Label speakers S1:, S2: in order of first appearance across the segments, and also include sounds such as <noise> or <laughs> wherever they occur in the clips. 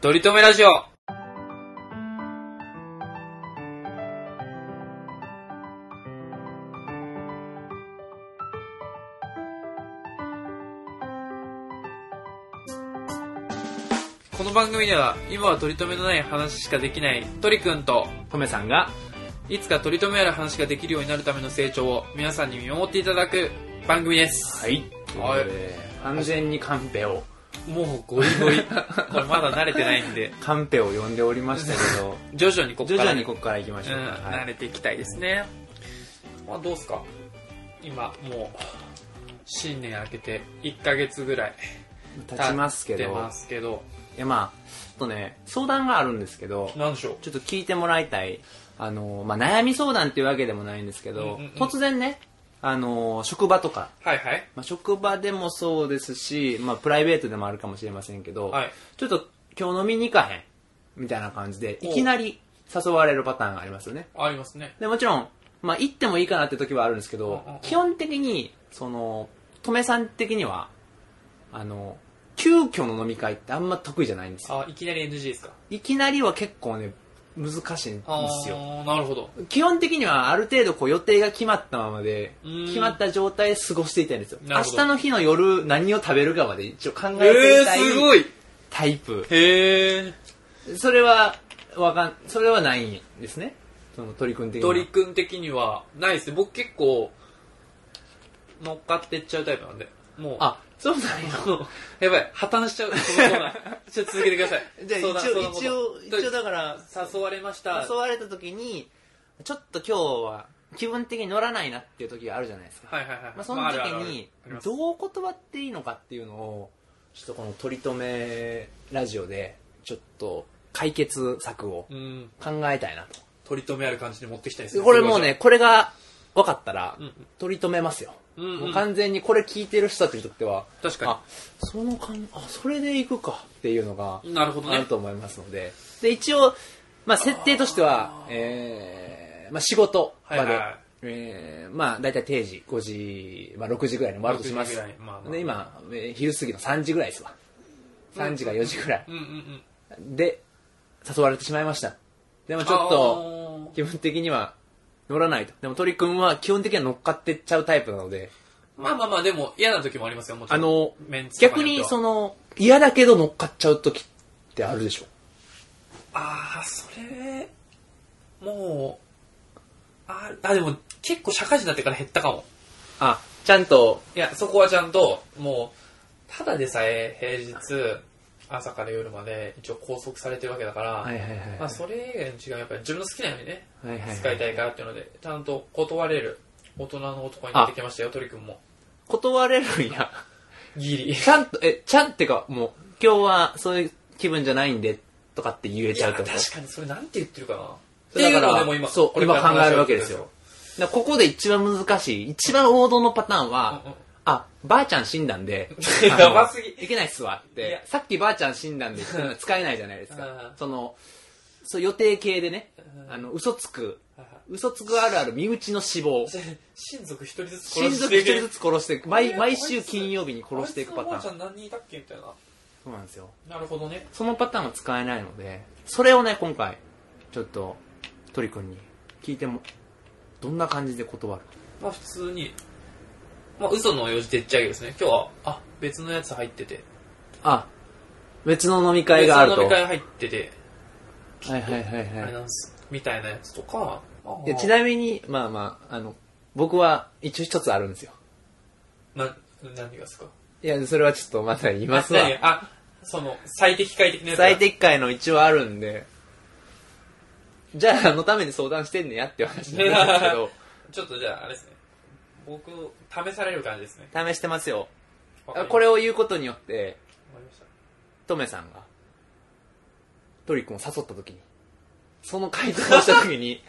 S1: とりとめラジオこの番組では今は取り留めのない話しかできないトリくんと
S2: トメさんが
S1: いつか取り留めある話ができるようになるための成長を皆さんに見守っていただく番組です、
S2: はい完全にカンペを
S1: もうゴリゴリ <laughs> これまだ慣れてないんで
S2: カンペを呼んでおりましたけど
S1: 徐々に <laughs> ここ
S2: 徐
S1: から
S2: 々にここから行きましょう
S1: うん、
S2: か、は
S1: 慣れ
S2: い、
S1: ていきたいですね、まあどうすか今もう新年明けて1ヶ月ぐらい
S2: 立ちますけど
S1: 経ってますけど
S2: いやまあちょっとね相談があるんですけど
S1: 何でしょう
S2: ちょっと聞いてもらいたいあの、まあ、悩み相談っていうわけでもないんですけど、
S1: うんうんうん
S2: 突然ねあの職場とか、
S1: はいはい
S2: まあ、職場でもそうですし、まあ、プライベートでもあるかもしれませんけど、
S1: はい
S2: ちょっと今日飲みに行かへんみたいな感じで
S1: お
S2: いきなり誘われるパターンがありますよね
S1: ありますね
S2: でもちろん、まあ、行ってもいいかなって時はあるんですけど、
S1: うんうん
S2: 基本的にそのとめさん的にはあの急遽の飲み会ってあんま得意じゃないんですよ
S1: あいきなり NG ですか
S2: いきなりは結構ね難しいんですよ
S1: あーなるほど
S2: 基本的にはある程度こう予定が決まったままで
S1: うん
S2: 決まった状態で過ごしていたいんですよ
S1: なる
S2: 明
S1: ほど
S2: 日の日の夜何を食べるかまで一応考えて
S1: え
S2: いたい
S1: ー、すごい
S2: タイプ
S1: へえ
S2: それはわかんそれはないんですねその取り組んで
S1: 鳥くん的にはないですね僕結構乗っかってっちゃうタイプなんでもう
S2: あそうなんや
S1: もうやばい破綻し
S2: <laughs>
S1: ちゃうこのコーナーちょっと続けてください
S2: じゃあ
S1: 相談
S2: 一
S1: 相
S2: 応
S1: 談元
S2: 一応一応だから
S1: 誘われました
S2: 誘われた時にちょっと今日は気分的に乗らないなっていう時があるじゃないですか、
S1: はいはいはい。
S2: まあ、その時
S1: あるあるあ
S2: に
S1: ります
S2: どう断っていいのかっていうのをちょっとこの「取り留めラジオ」でちょっと解決策を
S1: うん、
S2: 考えたいなと、
S1: 取り留めある感じで持ってきたいですね。
S2: これもうねこれが分かったら
S1: うんうん
S2: 取り留めますよ、
S1: うんうん
S2: もう完全にこれ聞いてる人たちにとっては
S1: 確かに
S2: あそのかんあそれで行くかっていうのが
S1: なるほどね
S2: あると思いますのでで一応、まあ、設定としては、えーまあ、仕事まで、
S1: はいはいはい
S2: えーまあ、大体定時5時、まあ、6時ぐらいに終わるとします
S1: 6時ぐらいまあまあ
S2: で今、えー昼過ぎの3時ぐらいですわ3時か4時ぐらい
S1: うんうんうん。
S2: で誘われてしまいましたでもちょっと
S1: と。
S2: 気分的には乗らないとでも鳥くんは基本的には乗っかってっちゃうタイプなので
S1: まあまあまあ、でも嫌な時もありますよ、もちろ
S2: あ
S1: ん。
S2: の
S1: メンツとか
S2: 逆
S1: によって
S2: に
S1: は
S2: その嫌だけど乗っかっちゃう時ってあるでしょ
S1: ああ、それ、もう、あー、あでも結構社会人になってから減ったかも。
S2: あちゃんと
S1: いや、そこはちゃんと、もう、ただでさえ平日、朝から夜まで一応拘束されてるわけだから、
S2: はいはいはい
S1: まあそれ以外の違う、やっぱり自分の好きなようにね、
S2: はいはいはい
S1: 使いたいからっていうので、ちゃんと断れる大人の男になってきましたよ、鳥くんも。
S2: 断れるんや
S1: ギリ。
S2: ちゃんとえちゃんってかもう今日はそういう気分じゃないんでとかって言え
S1: い
S2: ちゃ
S1: や、
S2: うってこと
S1: 確かにそれなんて言ってるかな。って
S2: だ
S1: い
S2: か
S1: うの
S2: ら
S1: をでも今、
S2: そう
S1: これか
S2: 今
S1: ら
S2: 考え
S1: 話
S2: る
S1: を
S2: わ
S1: 聞
S2: け
S1: いて
S2: ですよだからここで一番難しい一番王道のパターンは、
S1: うんうん
S2: あばあちゃん死んだんで
S1: <laughs> やばすぎ
S2: あのいけないっすわっ
S1: いや
S2: てさっきばあちゃん死んだんで使えないじゃないです
S1: うん
S2: かそのそう予定系でね
S1: うん
S2: あの嘘つく
S1: はいは
S2: 嘘つくあるある身内の死亡
S1: い親族一人ずつ
S2: 親
S1: 殺し
S2: 族
S1: て
S2: 一
S1: いく
S2: 人ずつ殺していく毎
S1: え
S2: 毎
S1: あ
S2: 週
S1: いつ
S2: 金曜日に殺していくパタ
S1: あいつの
S2: ーン
S1: おばあちゃん何人いたっけみたいな。
S2: そうなんですよ
S1: なるほどね。
S2: そのパターンは使えないのでそれをね今回ちょっと鳥くんに聞いてもどんな感じで断る
S1: まあ普通に、まあ嘘の用事でっちゃうけどですね。今日は、あ、別のやつ入ってて。
S2: あ別の飲み会があると
S1: 別の飲み会入ってて、
S2: はいはいはい
S1: あ
S2: は
S1: れ
S2: い
S1: なんす。みたいなやつとか、あー
S2: いやちなみにまあまああの僕は一応一つあるんですよ
S1: な、何がですか
S2: いやそれはちょっとまた言いますわ
S1: 何があ、その、最適解的なやつが。
S2: 最適解の一応あるんでじゃああのために相談してんねやっていう話なんですけ <laughs> ど
S1: ちょっとじゃあ、あれですね。僕、試される感じですね。
S2: 試してますよ
S1: わかりました
S2: これを言うことによって
S1: わかりました
S2: トメさんがトリ君を誘った時にその回答をした
S1: <laughs>
S2: 時に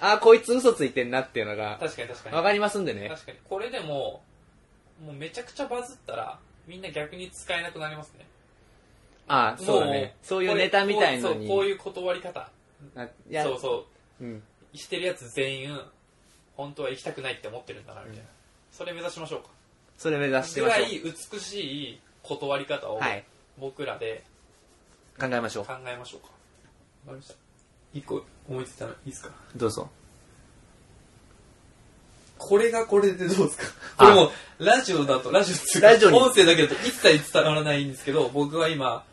S2: あーこいつ嘘ついてんなっていうのが
S1: 確かに確かに。
S2: わかりますんでね
S1: 確かに。これでも、もうめちゃくちゃバズったら、みんな逆に使えなくなりますね。
S2: ああそうだ
S1: も
S2: ねそういうネタみたいのに
S1: こういうこうそうこういう断り方。
S2: ないや
S1: そうそう。
S2: うん
S1: してるやつ全員、本当は行きたくないって思ってるんだから、みたいな。それ目指しましょうか。
S2: それ目指して
S1: ぐ
S2: まし
S1: ら
S2: ょ
S1: い美しい断り方
S2: う
S1: を、
S2: はい
S1: 僕らで
S2: 考えましょう
S1: 考。えましょうか。わかりました。一個思いついたらいいですか
S2: どうぞ。
S1: これがこれでどうですか
S2: あ
S1: これもう、ラジオだと、ラジオっつうか
S2: ラジオに
S1: 音声だけだと一切伝わらないんですけど、僕は今、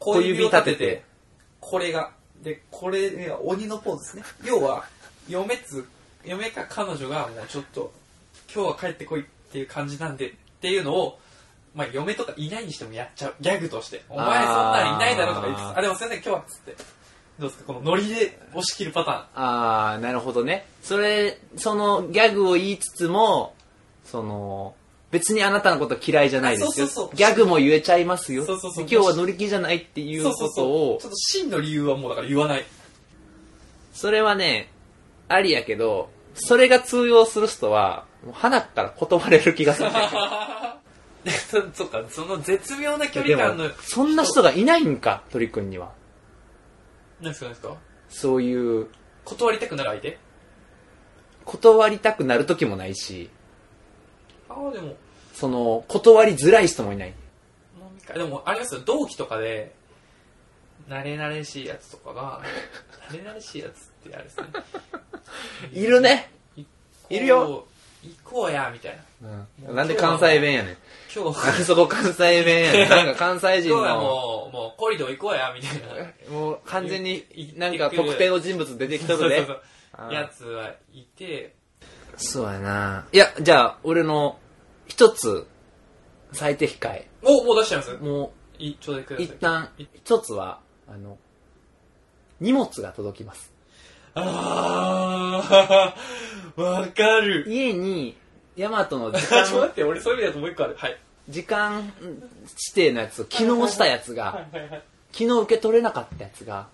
S1: 小指を立てて、。これが、で、これが鬼のポーズですね。要は、嫁つ、嫁か彼女が、もうちょっと、今日は帰ってこいっていう感じなんで、っていうのを、まあ、嫁とかいないにしてもやっちゃう。ギャグとして。お前そんなんいないだろとか言って
S2: あ
S1: た
S2: ー
S1: あ、でもすいません、今日は、つって。どうですかこのノリで押し切るパターン。
S2: あー、なるほどね。それ、そのギャグを言いつつも、その、別にあなたのこと嫌いじゃないですよ。
S1: あそうそうそう
S2: ギャグも言えちゃいますよ。
S1: そうそうそう
S2: で今日は乗り気じゃないっていうこと
S1: そ
S2: を、そう
S1: そうそう。ちょっと真の理由はもうだから言わない。
S2: れはね、ありやけど、それが通用する人は、もう花から断れる気がす <laughs> る、ね。
S1: でそ <laughs> そっか、その絶妙な距
S2: で
S1: 離感の
S2: も、、そんな人がいないんか、鳥くんには。
S1: なんですか、なんですか
S2: そういう、
S1: 断りたくなる相手
S2: 断りたくなる時もないし、
S1: ああ、でも、
S2: その、断りづらい人もいない。
S1: 飲み会。でも、ありますよ、同期とかで、慣れ慣れしいやつとかが、慣れ慣れしいやつってあれ <laughs> ですね。
S2: いるね。いるよ
S1: 行こうや、みたいな。
S2: うん。なんで関西弁やねん。
S1: 今日
S2: なんでそこ関西弁やねん。なんか関西人
S1: 今日は
S2: の、
S1: もう、もうコリドー行こうや、みたいな。
S2: もう完全になんか特定の人物出てきとる
S1: そう
S2: で
S1: そ。う
S2: あ
S1: そう
S2: ー
S1: やつはいて、
S2: そうやな。いや、じゃあ、俺の一つ、最適解。
S1: もう、もう出しちゃいます
S2: も
S1: い、ちょうだいくだ
S2: う、
S1: さい。
S2: 一旦、一つは、あの、荷物が届きます。
S1: あー、 <laughs> わかる。
S2: 家に、ヤマトの時
S1: ちょっと待
S2: 間、
S1: って、俺そういう意味だともう一個ある。はい。
S2: 時間指定のやつ、昨日したやつが、
S1: はいはいはい。
S2: 昨日受け取れなかったやつが、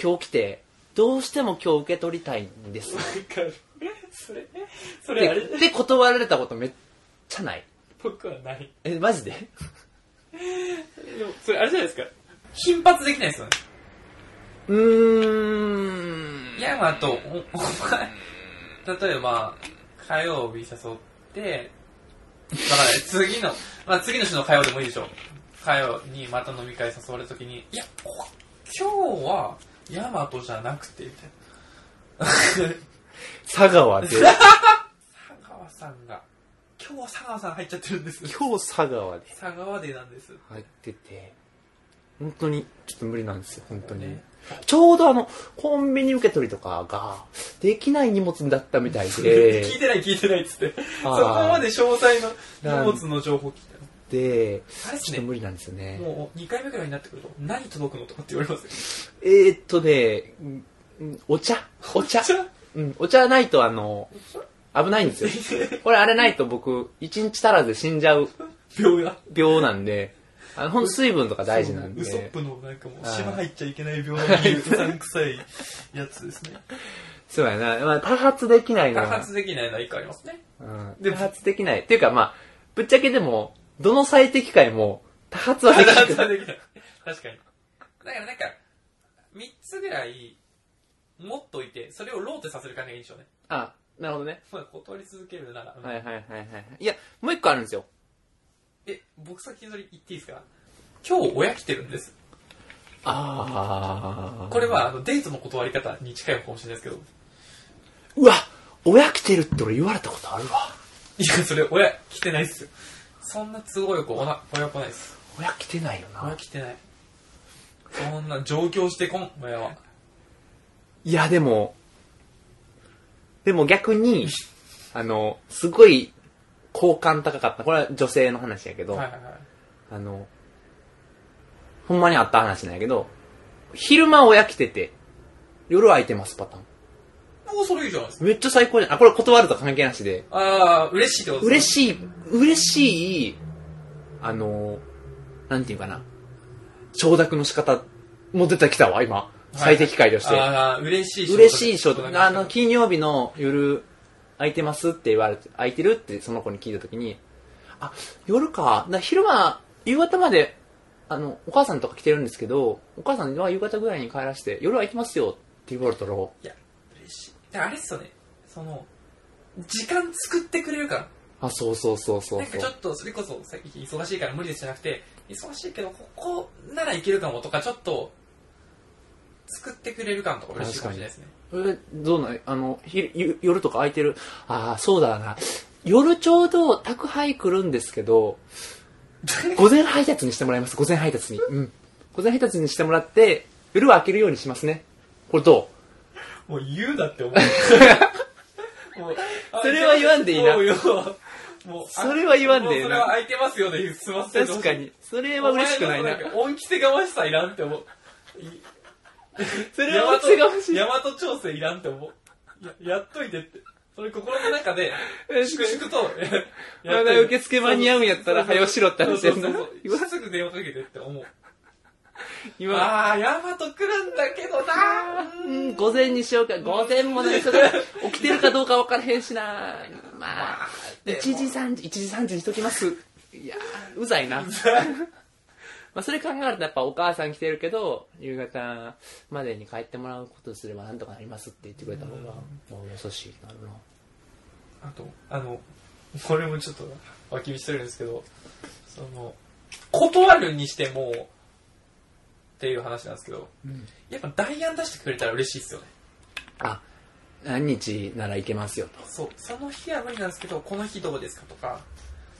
S2: 今日来て、どうしても今日受け取りたいんです
S1: わ。かる。それ、それあれ
S2: で、で断られたことめっちゃない。
S1: 僕はない。
S2: え、マジで
S1: でも、それあれじゃないですか。頻発できないですよね。
S2: うーん。
S1: ヤマト、お、お前、例えば、火曜日誘って、だからね、次の、まあ次の週の火曜でもいいでしょ。火曜にまた飲み会誘われた時に、いや、こ今日は、ヤマトじゃなくて、みたいな。
S2: 佐川 <laughs> で。
S1: 佐川さんが、今日は佐川さん入っちゃってるんです。
S2: 今日佐川で
S1: 佐川でなんです。
S2: 入ってて、本当に、ちょっと無理なんですよ、本当に
S1: ね。
S2: ちょうどあの、コンビニ受け取りとかが、できない荷物だったみたい
S1: <laughs>
S2: で、
S1: 聞いてない聞いてないっつって。そ
S2: あー
S1: こまで詳細の荷物の情報聞いたの。
S2: で、
S1: あれっす
S2: ちょっと
S1: ね、
S2: 無理なんですよね。
S1: もう2回目くらいになってくると、何届くのとかって言われますよ。
S2: えー、っとね、うんうんお茶お茶
S1: お茶
S2: うん、お茶ないとあの、危ないんですよ。
S1: <laughs>
S2: これあれないと僕、一日足らず死んじゃう
S1: 秒が。
S2: 病なんで、あの、ほんと水分とか大事なん
S1: ウソッ
S2: で
S1: プ、のなんかもう、
S2: はい
S1: 島入っちゃいけない病のうさんくさいやつです
S2: <laughs>
S1: ね。
S2: そうやな、まあ、多発できないの
S1: 多
S2: は
S1: 発、できないのは一個ありますね。
S2: うん、
S1: で
S2: 多発できない。っていうかまあ、ぶっちゃけでも、どの最適解も、多発はできな。
S1: 多発はいできない。確かに。だからなんか、3つぐらい、持っといて、それをローテさせる感じがいいんでしょうね。
S2: <laughs> あ、なるほどね。
S1: まあ、断り続けるなら。
S2: はいはいはいはい。いや、もう一個あるんですよ。
S1: え、僕先にそれ言っていいですか今日親来てるんです。
S2: あー。
S1: これはあのデートの断り方に近いかもしれないですけど。
S2: うわ、親来てるって俺言われたことあるわ。
S1: いや、それ親来てないっすよ。そんな都合よくおな親来ないっす。
S2: 親来てないよな。
S1: 親来てない。そんな上京してこん、親は。
S2: いや、でも、でも逆に、あの、すごい、好感高かった。これは女性の話やけど、
S1: はいはいはい。
S2: あの、ほんまにあった話なんやけど、昼間親来てて、夜空いてますパターン。
S1: もうそれいいじゃないですか。
S2: めっちゃ最高じゃん。あ、これ断ると関係なしで、
S1: あー、嬉しいってこと
S2: 嬉
S1: しい。
S2: しい、嬉しい、あの、なんていうかな、承諾の仕方も出てきたわ、今。最適解として。
S1: あー、嬉しい
S2: 嬉しいしょ
S1: 承諾
S2: あの、金曜日の夜、空いてますって言われて、空いてるってその子に聞いたときに、あ、夜か、だ昼間、夕方まで、あの、お母さんとか来てるんですけど、お母さんは夕方ぐらいに帰らして、夜空いてますよって言われたら、はい
S1: や、嬉しい。だからあれっすよね。その、時間作ってくれるから。
S2: あ、そうそうそうそう
S1: なんかち
S2: そ
S1: ょっとそれこそさっき忙しいから無理ですじゃなくて忙しいけどここならいけるかもとかちょっと作ってくれる感とか嬉しいかもしれないですね。
S2: え、どうなんあの、ひゆ夜とか空いてるああ、そうだな。夜ちょうど宅配来るんですけど、午前配達にしてもらいます、午前配達に。うん。午前配達にしてもらって、夜は開けるようにしますね。これど
S1: もう言うなって思う。もうあ
S2: それは言わんでいいな
S1: もうよもうあ
S2: それは言わんでい
S1: もうそ
S2: いな
S1: れは空いてますよね、すま
S2: う
S1: せん。
S2: 確か。に。それは嬉しくないな。。
S1: 恩着せがましさいらんって思う。
S2: それは私が欲しい。
S1: 大和大和調整いらんって思う。ややっといてって。それ心の中で、
S2: え
S1: 粛々と、
S2: <laughs> まだ受付間に合うんやった
S1: そう
S2: ら、
S1: そう
S2: 早よしろって
S1: そう
S2: 話
S1: そ
S2: や
S1: うそ
S2: な
S1: うそうすぐ電話かけてって思う。
S2: 今、
S1: あー、ヤマト来るんだけどな
S2: うん、午前にしようか。午前もね、ちょっと起きてるかどうか分からへんしな。まあ、1時3時、1時3時にしときます。いやー、うざいな。まあ、それ考えるとやっぱお母さん来てるけど、夕方までに帰ってもらうことすればなんとかなりますって言ってくれた方が、もう優しいなるな。
S1: あと、あの、これもちょっと脇見してるんですけど、その、断るにしても、っていう話なんですけど、
S2: ん
S1: やっぱ代案出してくれたら嬉しいですよね。
S2: あ、何日なら行けますよと。
S1: そう、その日は無理なんですけど、この日どうですかとか、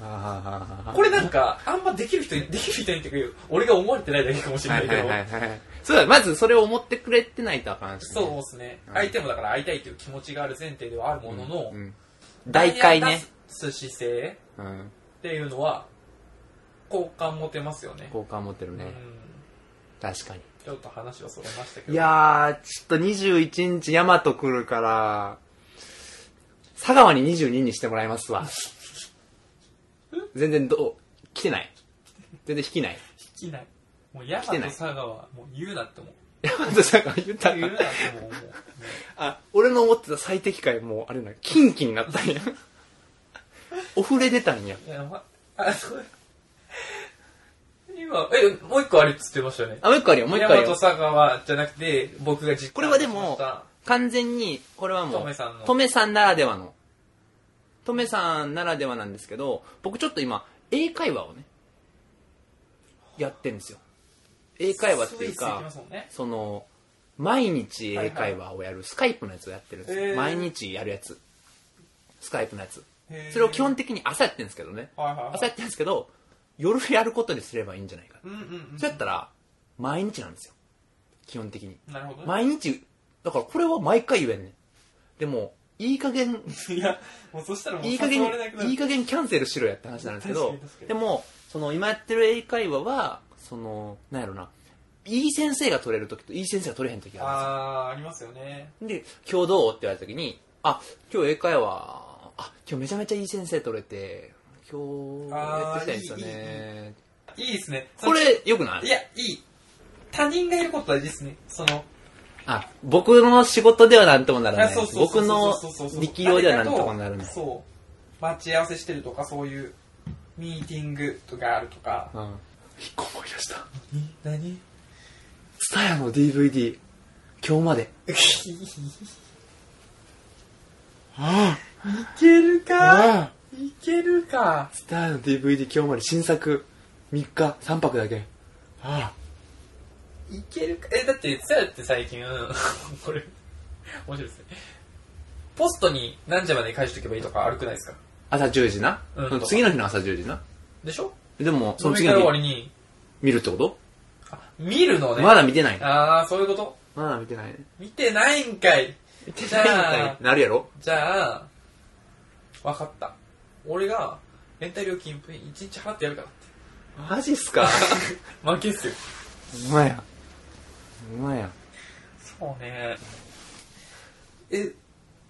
S2: あ
S1: これなんか、あんまできる人に、できる人にっていうか、俺が思われてないだけかもしれ
S2: は
S1: ない
S2: い
S1: け
S2: は
S1: ど、
S2: いはいはい。そうだ、まずそれを思ってくれてないとあかんし、ね。
S1: そうですね。相手もだから会いたいという気持ちがある前提ではあるものの、
S2: うん。大会
S1: 代案
S2: ね。
S1: 出す姿勢
S2: うん。
S1: っていうのは、好感持てますよね。
S2: 好感持ってるね。
S1: うん
S2: 確かに。
S1: ちょっと話はそれましたけど。
S2: いやー、ちょっと21日ヤマト来るから、佐川に22にしてもらいますわ。全然どう、来てない。全然引きない。
S1: 聞きない。もう、ヤマ
S2: て
S1: ト
S2: ない
S1: 佐川は、もう言うなって思う。
S2: ヤマト佐川言った
S1: 言うなって思う。もう
S2: あ、俺の思ってた最適解もう、あれな、キンキンになった <laughs> んや。お触れ出たんや。
S1: いや、ま、あ、そう。今、え、もう一個あるっつってましたよね。
S2: あ、もう一個あるよ、もう一
S1: ヤ
S2: 個あ
S1: マ
S2: る
S1: ト
S2: よ。
S1: 佐川じゃなくて、僕が実
S2: これはでも完全に、これはもう、
S1: トメさんの
S2: トメさんならではの。トメさんならではなんですけど、僕ちょっと今、英会話をね、やってんですよ。英会話っていう
S1: スイス行きま
S2: か
S1: す、もんね。
S2: その、毎日英会話をやる、スカイプのやつをやってるんです
S1: へ
S2: よ。
S1: ー
S2: 毎日やるやつ。スカイプのやつ。
S1: へー
S2: それを基本的に朝やってるんですけどね。
S1: はいはいはい
S2: 朝やってるんですけど、夜やることにすればいいんじゃないか。
S1: うんうんうん
S2: そうやったら、毎日なんですよ。基本的に。
S1: なるほどね。
S2: 毎日、だからこれは毎回言えんねん。でも、いい加減、
S1: いや、もうそしたらもう
S2: いい加減
S1: 誘われなくな、る
S2: いい加減キャンセルしろやって話なんですけ
S1: 確
S2: ど
S1: かに確か、に
S2: でも、その今やってる英会話は、その、なんやろな、いい先生が取れる時といい先生が取れへん時がある
S1: あー、ありますよね。
S2: んですよ。で、今日どうって言われた時に、あ、今日英会話、あ、今日めちゃめちゃいい先生取れて、今日やってきたんですよね。
S1: いいですね。
S2: これ、良くない
S1: いや、いい。他人がいること大事ですね。その、
S2: あ、僕の仕事ではなんともなら
S1: あ
S2: ない
S1: そう。そうそ
S2: 僕
S1: う
S2: の
S1: そうそうそう
S2: 力量ではなんともならない。
S1: そう。待ち合わせしてるとか、そういうミーティングとかあるとか。
S2: うん。一個思い出した。
S1: 何
S2: スタヤの DVD、今日まで。あ
S1: いけるか
S2: あ
S1: いけるか
S2: スタヤの DVD、今日まで新作、3日、3泊だけ。あ
S1: いけるかえ、だって、そうやって最近、 <laughs> これ、面白いですね。ポストに何時までに返しとけばいいとか悪くないですか
S2: 朝10時な。
S1: うん
S2: その次の日の朝10時な。
S1: でしょ
S2: でも、そ
S1: 飲
S2: の
S1: み
S2: 次
S1: 会終
S2: の
S1: わ
S2: 日
S1: りに、
S2: 見るってこと
S1: あ見るのね。
S2: まだ見てない。
S1: ああ、そういうこと
S2: まだ見てないね。
S1: 見てないんかい。
S2: 見てないみたいになるやろ
S1: じゃあ、わかった。俺が、延滞料金分1日払ってやるからって。
S2: マジっ
S1: <laughs>
S2: すか
S1: 負けっすよ。
S2: お前や。お前や。
S1: そうね。え、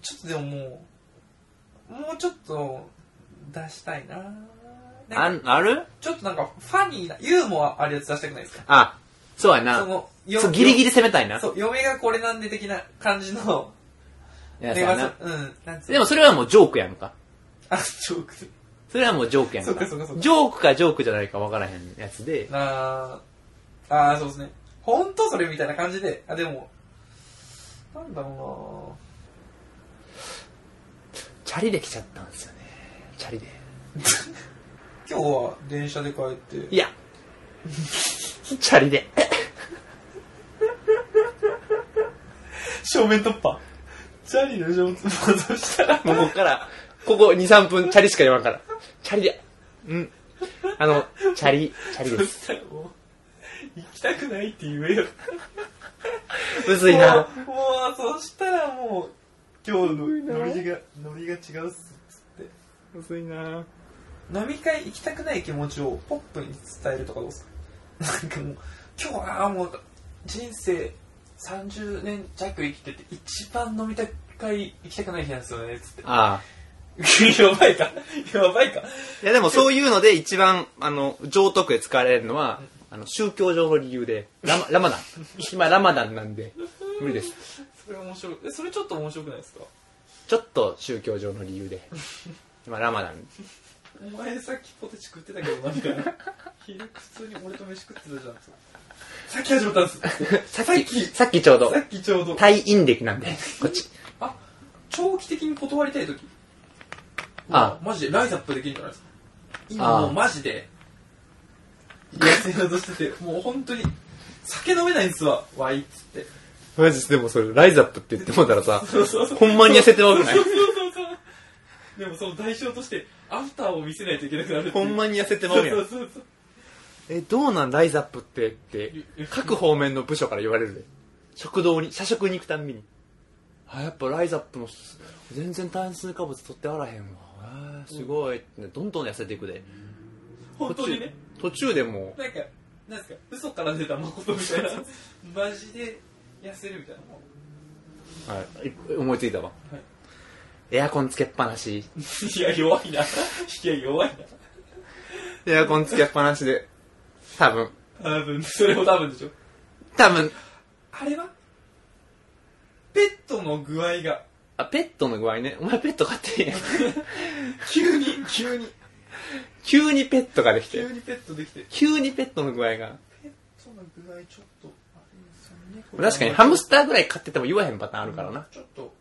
S1: ちょっとでももう、もうちょっと出したいな
S2: あ
S1: なんか
S2: ん、ある
S1: ちょっとなんかファニーな、ユーモアあるやつ出したくないですか
S2: あ、そうやな。
S1: その、よ
S2: そう、ギリギリ攻めたいな。
S1: そう、嫁がこれなんで的な感じの、
S2: いや
S1: で
S2: そうやな
S1: うん、なんつうの
S2: でも、それはもうジョークやんか。
S1: あ、ジョークで。
S2: それはもうジョークやんか。
S1: そうかそうかそうか
S2: ジョークかジョークじゃないか分からへんやつで。
S1: あー、あーそうですね。ほんとそれみたいな感じで、あ、でも、なんだろ
S2: チャリで来ちゃったんですよね。チャリで。
S1: うな今日は電車で帰って。
S2: いや。チャリで。
S1: 正面突破。チャリの正面突破としたら、
S2: もうここから、ここ2、3分、チャリしか言わんから。チャリで、うん。あの、チャリ、チャリ
S1: そ
S2: です。
S1: したらもう、行きたくないって言えよ。
S2: むずいな。
S1: もう、もうそしたらもう、今日のノリが、ノリが違うっすっつって。
S2: むずいな。
S1: 飲み会行きたくない気持ちをポップに伝えるとかどうすかなんかもう今日はもう人生30年弱生きてて一番飲みたく会行きたくない日なんですよねつっ
S2: ああ。
S1: てやばいかやばいか
S2: いやでもそういうので一番、あの、上徳で使われるのは、あの、宗教上の理由で、ラマラマダン。今ラマダンなんで、無理です。
S1: それ面白いえそれちょっと面白くないですか
S2: ちょっと宗教上の理由で、今ラマダン。
S1: お前さっきポテチ食ってたけどなみたいな昼普通に俺と飯食ってたじゃんさっき始まったんです
S2: <laughs> さっ
S1: さっ
S2: き、
S1: き
S2: さっきちょうど
S1: さ、っきちょうど
S2: 退院歴なんで、こっち。
S1: あ長期的に断りたい時
S2: あ
S1: マジでライザップできるんじゃないですか
S2: あ
S1: 今
S2: あ
S1: もうマジで痩せ <laughs> ようとしててもう本当に酒飲めないんですわわいっつっ
S2: <laughs>
S1: て
S2: マジでもそれ、ライズアップって言ってもたらさ、
S1: そうそうそう
S2: ほんまに痩せてまうくない
S1: でもその代償としてアフターを見せないといけなくなるってい
S2: ほ
S1: うん
S2: まに痩せてま
S1: そうう
S2: や。
S1: そうんそうそう
S2: え、どうなんライズアップってって
S1: え、
S2: 各方面の部署から言われるで。食堂に、社食に行くたんびに。あ、やっぱライズアップの、全然炭水化物取ってあらへんわ。あーすごいって、どんどん痩せていくで。
S1: 本当にね
S2: 途中。途中でもう、
S1: なんかなんですか嘘から出た誠みたいなマジで痩せるみたいなも
S2: はい、い思いついたわ。
S1: はい
S2: エアコンつけっぱなし。
S1: ういや弱いないや弱いな
S2: エアコンつけっぱなしで。多分。
S1: 多分それも多分でしょ
S2: 多分。
S1: あれはペットの具合が
S2: あ、ペットの具合ね。お前ペット飼ってんやん。
S1: 急に急に
S2: 急にペットができて
S1: 急。にペットできて
S2: 急にペットの具合が。
S1: ペットの具合ちょっとあれですよねこれ
S2: 確かにハムスターぐらい飼ってても言わへんパターンあるからな。
S1: ちょっと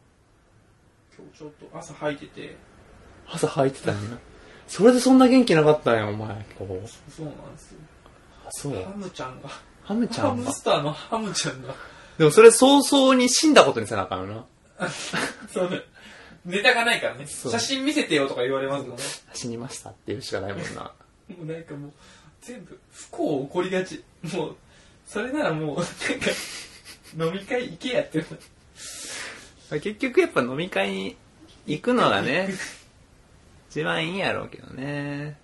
S1: 今日ちょっと朝吐いてて
S2: 朝履いてたんや。それでそんな元気なかったんや、お前。こう
S1: そうなんですよ
S2: あ、そ
S1: ハムちゃんが
S2: ハムちゃ
S1: ハ
S2: ん
S1: ム
S2: が。
S1: スターのハムちゃんが
S2: でもそれ早々に死んだことにせなあかんよな。
S1: そうねネタがないからね
S2: う
S1: 写真見せてよとか言われますもんね
S2: 死にましたっていうしかないもんな。
S1: もうなんかもう全部不幸起こりがちもうそれならもうなんか飲み会行けやって
S2: <laughs> 結局やっぱ飲み会に行くのがね、一番いいんやろうけどね。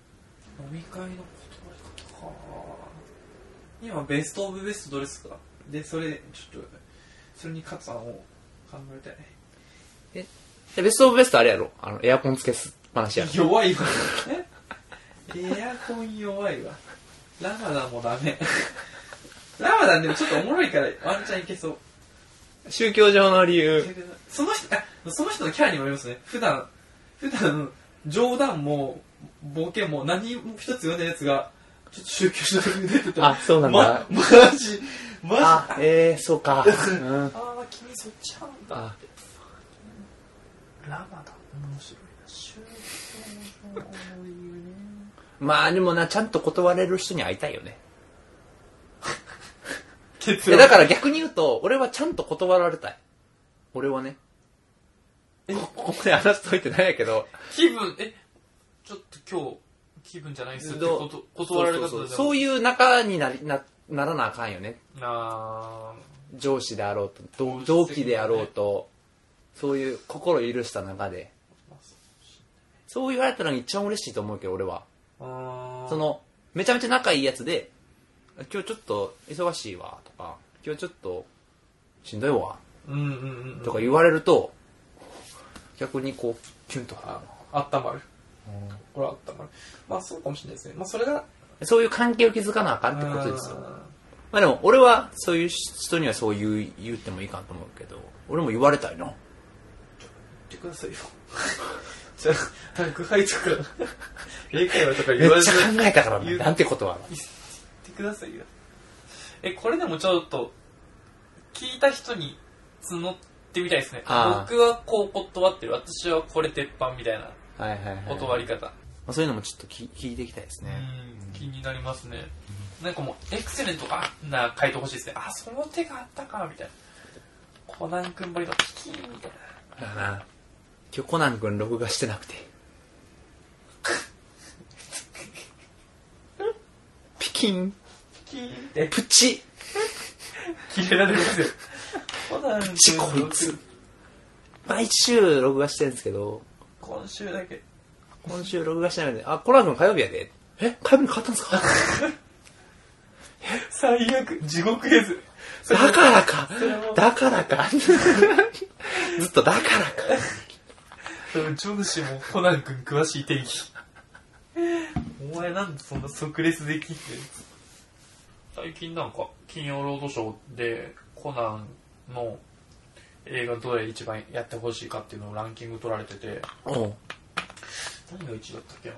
S1: 飲み会の断り方か今ベストオブベストどれっすかでそれちょっとそれに勝さんを考えたい
S2: でベストオブベストあれやろ。あの、エアコンつけっぱなしやろ。
S1: 弱いわエアコン弱いわラマダンもダメラマダンでもちょっとおもろいからワンチャンいけそう
S2: 宗教上の理由。
S1: その人あその人のキャラにもよりますね普段普段冗談もボケも何も一つ言わないやつがちょっと宗教者に出てた
S2: あそうなんだ
S1: ま、マジマジ
S2: <laughs> あ、ええそうか。うん
S1: ああ君そっち派なんだ
S2: あ
S1: ってラマダ面白いな宗教の理由ね
S2: まあでもな、ちゃんと断れる人に会いたいよね。
S1: 結
S2: いやだから逆に言うと、俺はちゃんと断られたい。俺はね。
S1: え
S2: こここで話しといてないやけど。
S1: 気分えちょっと今日気分じゃないっすってこと断られた
S2: そうそう
S1: と
S2: そうそう
S1: いう
S2: いう仲になりなならなあかんよね。
S1: あ
S2: 上司であろうと、同
S1: 同
S2: 同
S1: 期
S2: 期
S1: で
S2: で
S1: あ
S2: あ
S1: ろ
S2: ろ
S1: う
S2: うと、そういう心許した中で。
S1: ー
S2: そう言われたのが一番嬉しいと思うけど、俺は。
S1: あー
S2: その、めちゃめちゃ仲いいやつで、今日ちょっと忙しいわ、とか、今日ちょっとしんどいわ、
S1: うんうんうん
S2: とか言われると、逆にこう、キュンとくるな
S1: ああったまる。これあったまる。まあそうかもしれないですね。まあそれが、
S2: そういう関係を築かなあかんってことですよ。
S1: あ
S2: まあでも、俺はそういう人にはそう言う言ってもいいかんと思うけど、俺も言われたいな。
S1: ー。言ってくださいよ。 <laughs> じゃあ、宅配
S2: <laughs>
S1: とか、英会話とか
S2: め
S1: 言
S2: っ
S1: わ
S2: ち
S1: ず
S2: ゃ考
S1: に言っ
S2: えたから
S1: 言
S2: な。
S1: う
S2: なんてことは。
S1: てくださいよ。え、これでもちょっと、聞いた人に募ってみたいですね。
S2: あー
S1: 僕はこう断ってる。私はこれ鉄板みたいな
S2: はいはいはい。
S1: 断
S2: り。
S1: り方。
S2: まあ、そういうのもちょっとき聞いていきたいです
S1: う
S2: ね。
S1: ん、気になりますね。なんかもう、エクセレントかな回答欲しいですね。あ、その手があったか、みたいな。こコナン君ぶりのチキンみたいな。
S2: だな。今日コナン君録画してなく <laughs> て。ピキン。
S1: チキンって
S2: プチ。
S1: 切れられますよ。コナン
S2: チ
S1: 君
S2: こい
S1: の
S2: つ。毎週録画してるんですけど、
S1: 今週だけ。
S2: 今週録画してないんで、あ、コナン君火曜日やで。え火曜日に変わったんですか
S1: 最悪、地獄絵図。それ
S2: だからか
S1: それも
S2: だからか <laughs> ずっとだからか
S1: 多分、ジョヌシもコナン君詳しい定義。お前なんでそんな即レスできんの最近なんか、金曜ロードショーでコナンの映画どれ一番やってほしいかっていうのをランキング取られてて、
S2: うん。
S1: 何が1位だったっけな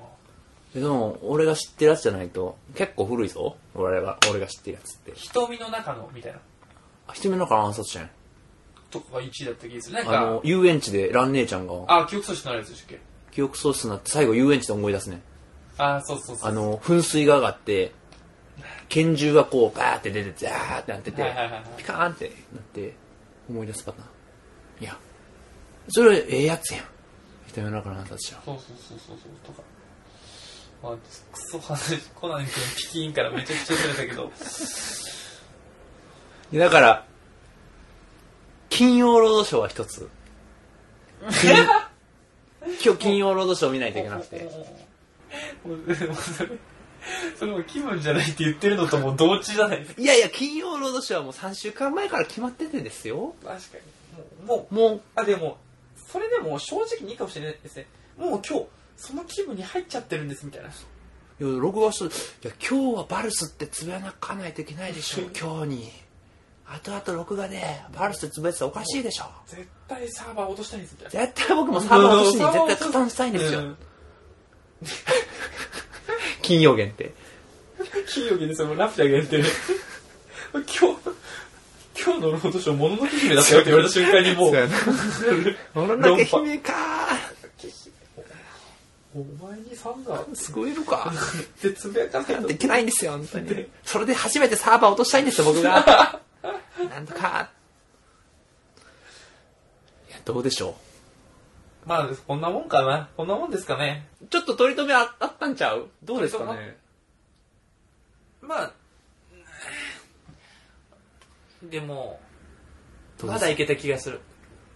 S2: でも、俺が知ってるやつじゃないと、結構古いぞ。俺が、俺が知ってるやつって。
S1: 瞳の中のみたいな
S2: あ、瞳の中の暗殺者やん。
S1: とこが1位だった気がする。なん
S2: あ
S1: か
S2: の、、遊園地で蘭姉ちゃんが、
S1: あ記憶喪失になるやつでしたっけ
S2: 記憶喪失になって最後遊園地で思い出すね。
S1: あそうそうそう。
S2: あの、噴水が上がって、拳銃がこう、バーって出て、ザーってなってて、
S1: はいはいはいはい
S2: ピカーンってなって、思い出すパターン。いや、それ、ええやつやん。瞳の中の暗殺者。
S1: そうそうそうそうそうとか。まあ、クソ話、コナン君ピキーンからめちゃくちゃずれたけど、
S2: でだから、金曜ロードショーは一つ。金今日金曜ロードショー見ないといけなくて。
S1: もうでもそれ、それも気分じゃないって言ってるのともう同値じゃないですか。
S2: いやいや、金曜ロードショーはもう3週間前から決まっててですよ。
S1: 確かに。もう、もう、
S2: もう、
S1: あ、でも、それでも正直にいいかもしれないですね。もう今日、その気分に入っちゃってるんですみたいな。
S2: いや、録画しと、いや、今日はバルスってつぶやかないといけないでしょ、今日に。後々録画で、バルスってつぶやいてたらおかしいでしょ。
S1: 絶対サーバー落としたいんですみたいな。
S2: 絶対僕もサーバー落としに絶対加担したいんです
S1: う
S2: よ。。金曜限定。
S1: 金曜日にそのラピュタ限定で今日今日のロードショー「もののけ姫」だったよって言われた瞬間にもう
S2: もの
S1: の
S2: の
S1: け
S2: け
S1: 姫
S2: 姫か
S1: <laughs> お前にサンが
S2: すごいのか。
S1: ってつぶやかない
S2: なん
S1: と
S2: ていけないん <laughs> ですよ、本当に。それで初めてサーバー落としたいんですよ、僕 <laughs> が。なんとか。いや、どうでしょ
S1: まあこんなもんかなこんなもんですかね
S2: う。ちょっと取り留めああったんちゃうどうですか
S1: 取り
S2: ね。
S1: まあでも
S2: どうで
S1: ますだいけた気がする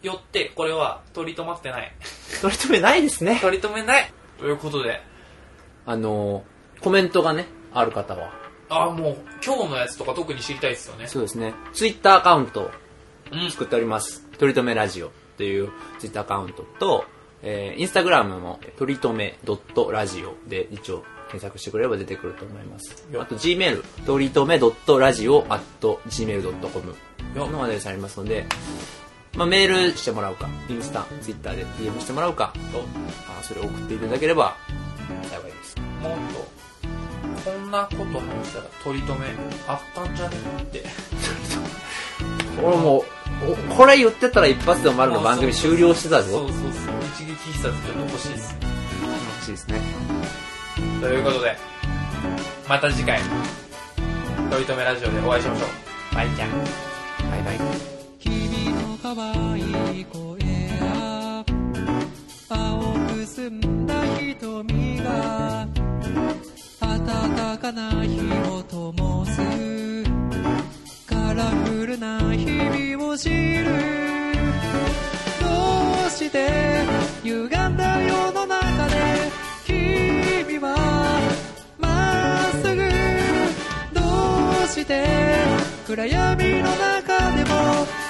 S1: よってこれは取り留まってない
S2: 取り留めないですね。
S1: 取り留めないということで
S2: あのーコメントがね、ある方は。
S1: ああもう今日のやつとか特に知りたいですよね
S2: そうですね。ツイッターアカウントを
S1: うん
S2: 作っております。とりとめラジオというツイッターアカウントと、えーインスタグラムも、とりとめラジオで一応検索してくれれば出てくると思います。
S1: よ
S2: あと、Gmail、とりとめラジオ gmail.com
S1: よ
S2: のアドレスありますので、まあ、メールしてもらうか、インスタ、ツイッターで DM してもらうか、
S1: と
S2: あーそれを送っていただければ幸いです。
S1: もっとこんなこと話したら取り留めあったんじゃねって
S2: 俺もうおこれ言ってたら一発でお前らの番組終了してた
S1: そう
S2: ぞ
S1: そうそう一撃必殺ちょっと欲しいです
S2: 楽しいですね
S1: ということでまた次回取り留めラジオでお会いしましょうバイちゃん
S2: バイバイ
S3: 君の可愛い声や青く澄んだ瞳が暖かな火を灯すカラフルな日々を知るどうして歪んだ世の中で君はまっすぐどうして暗闇の中でも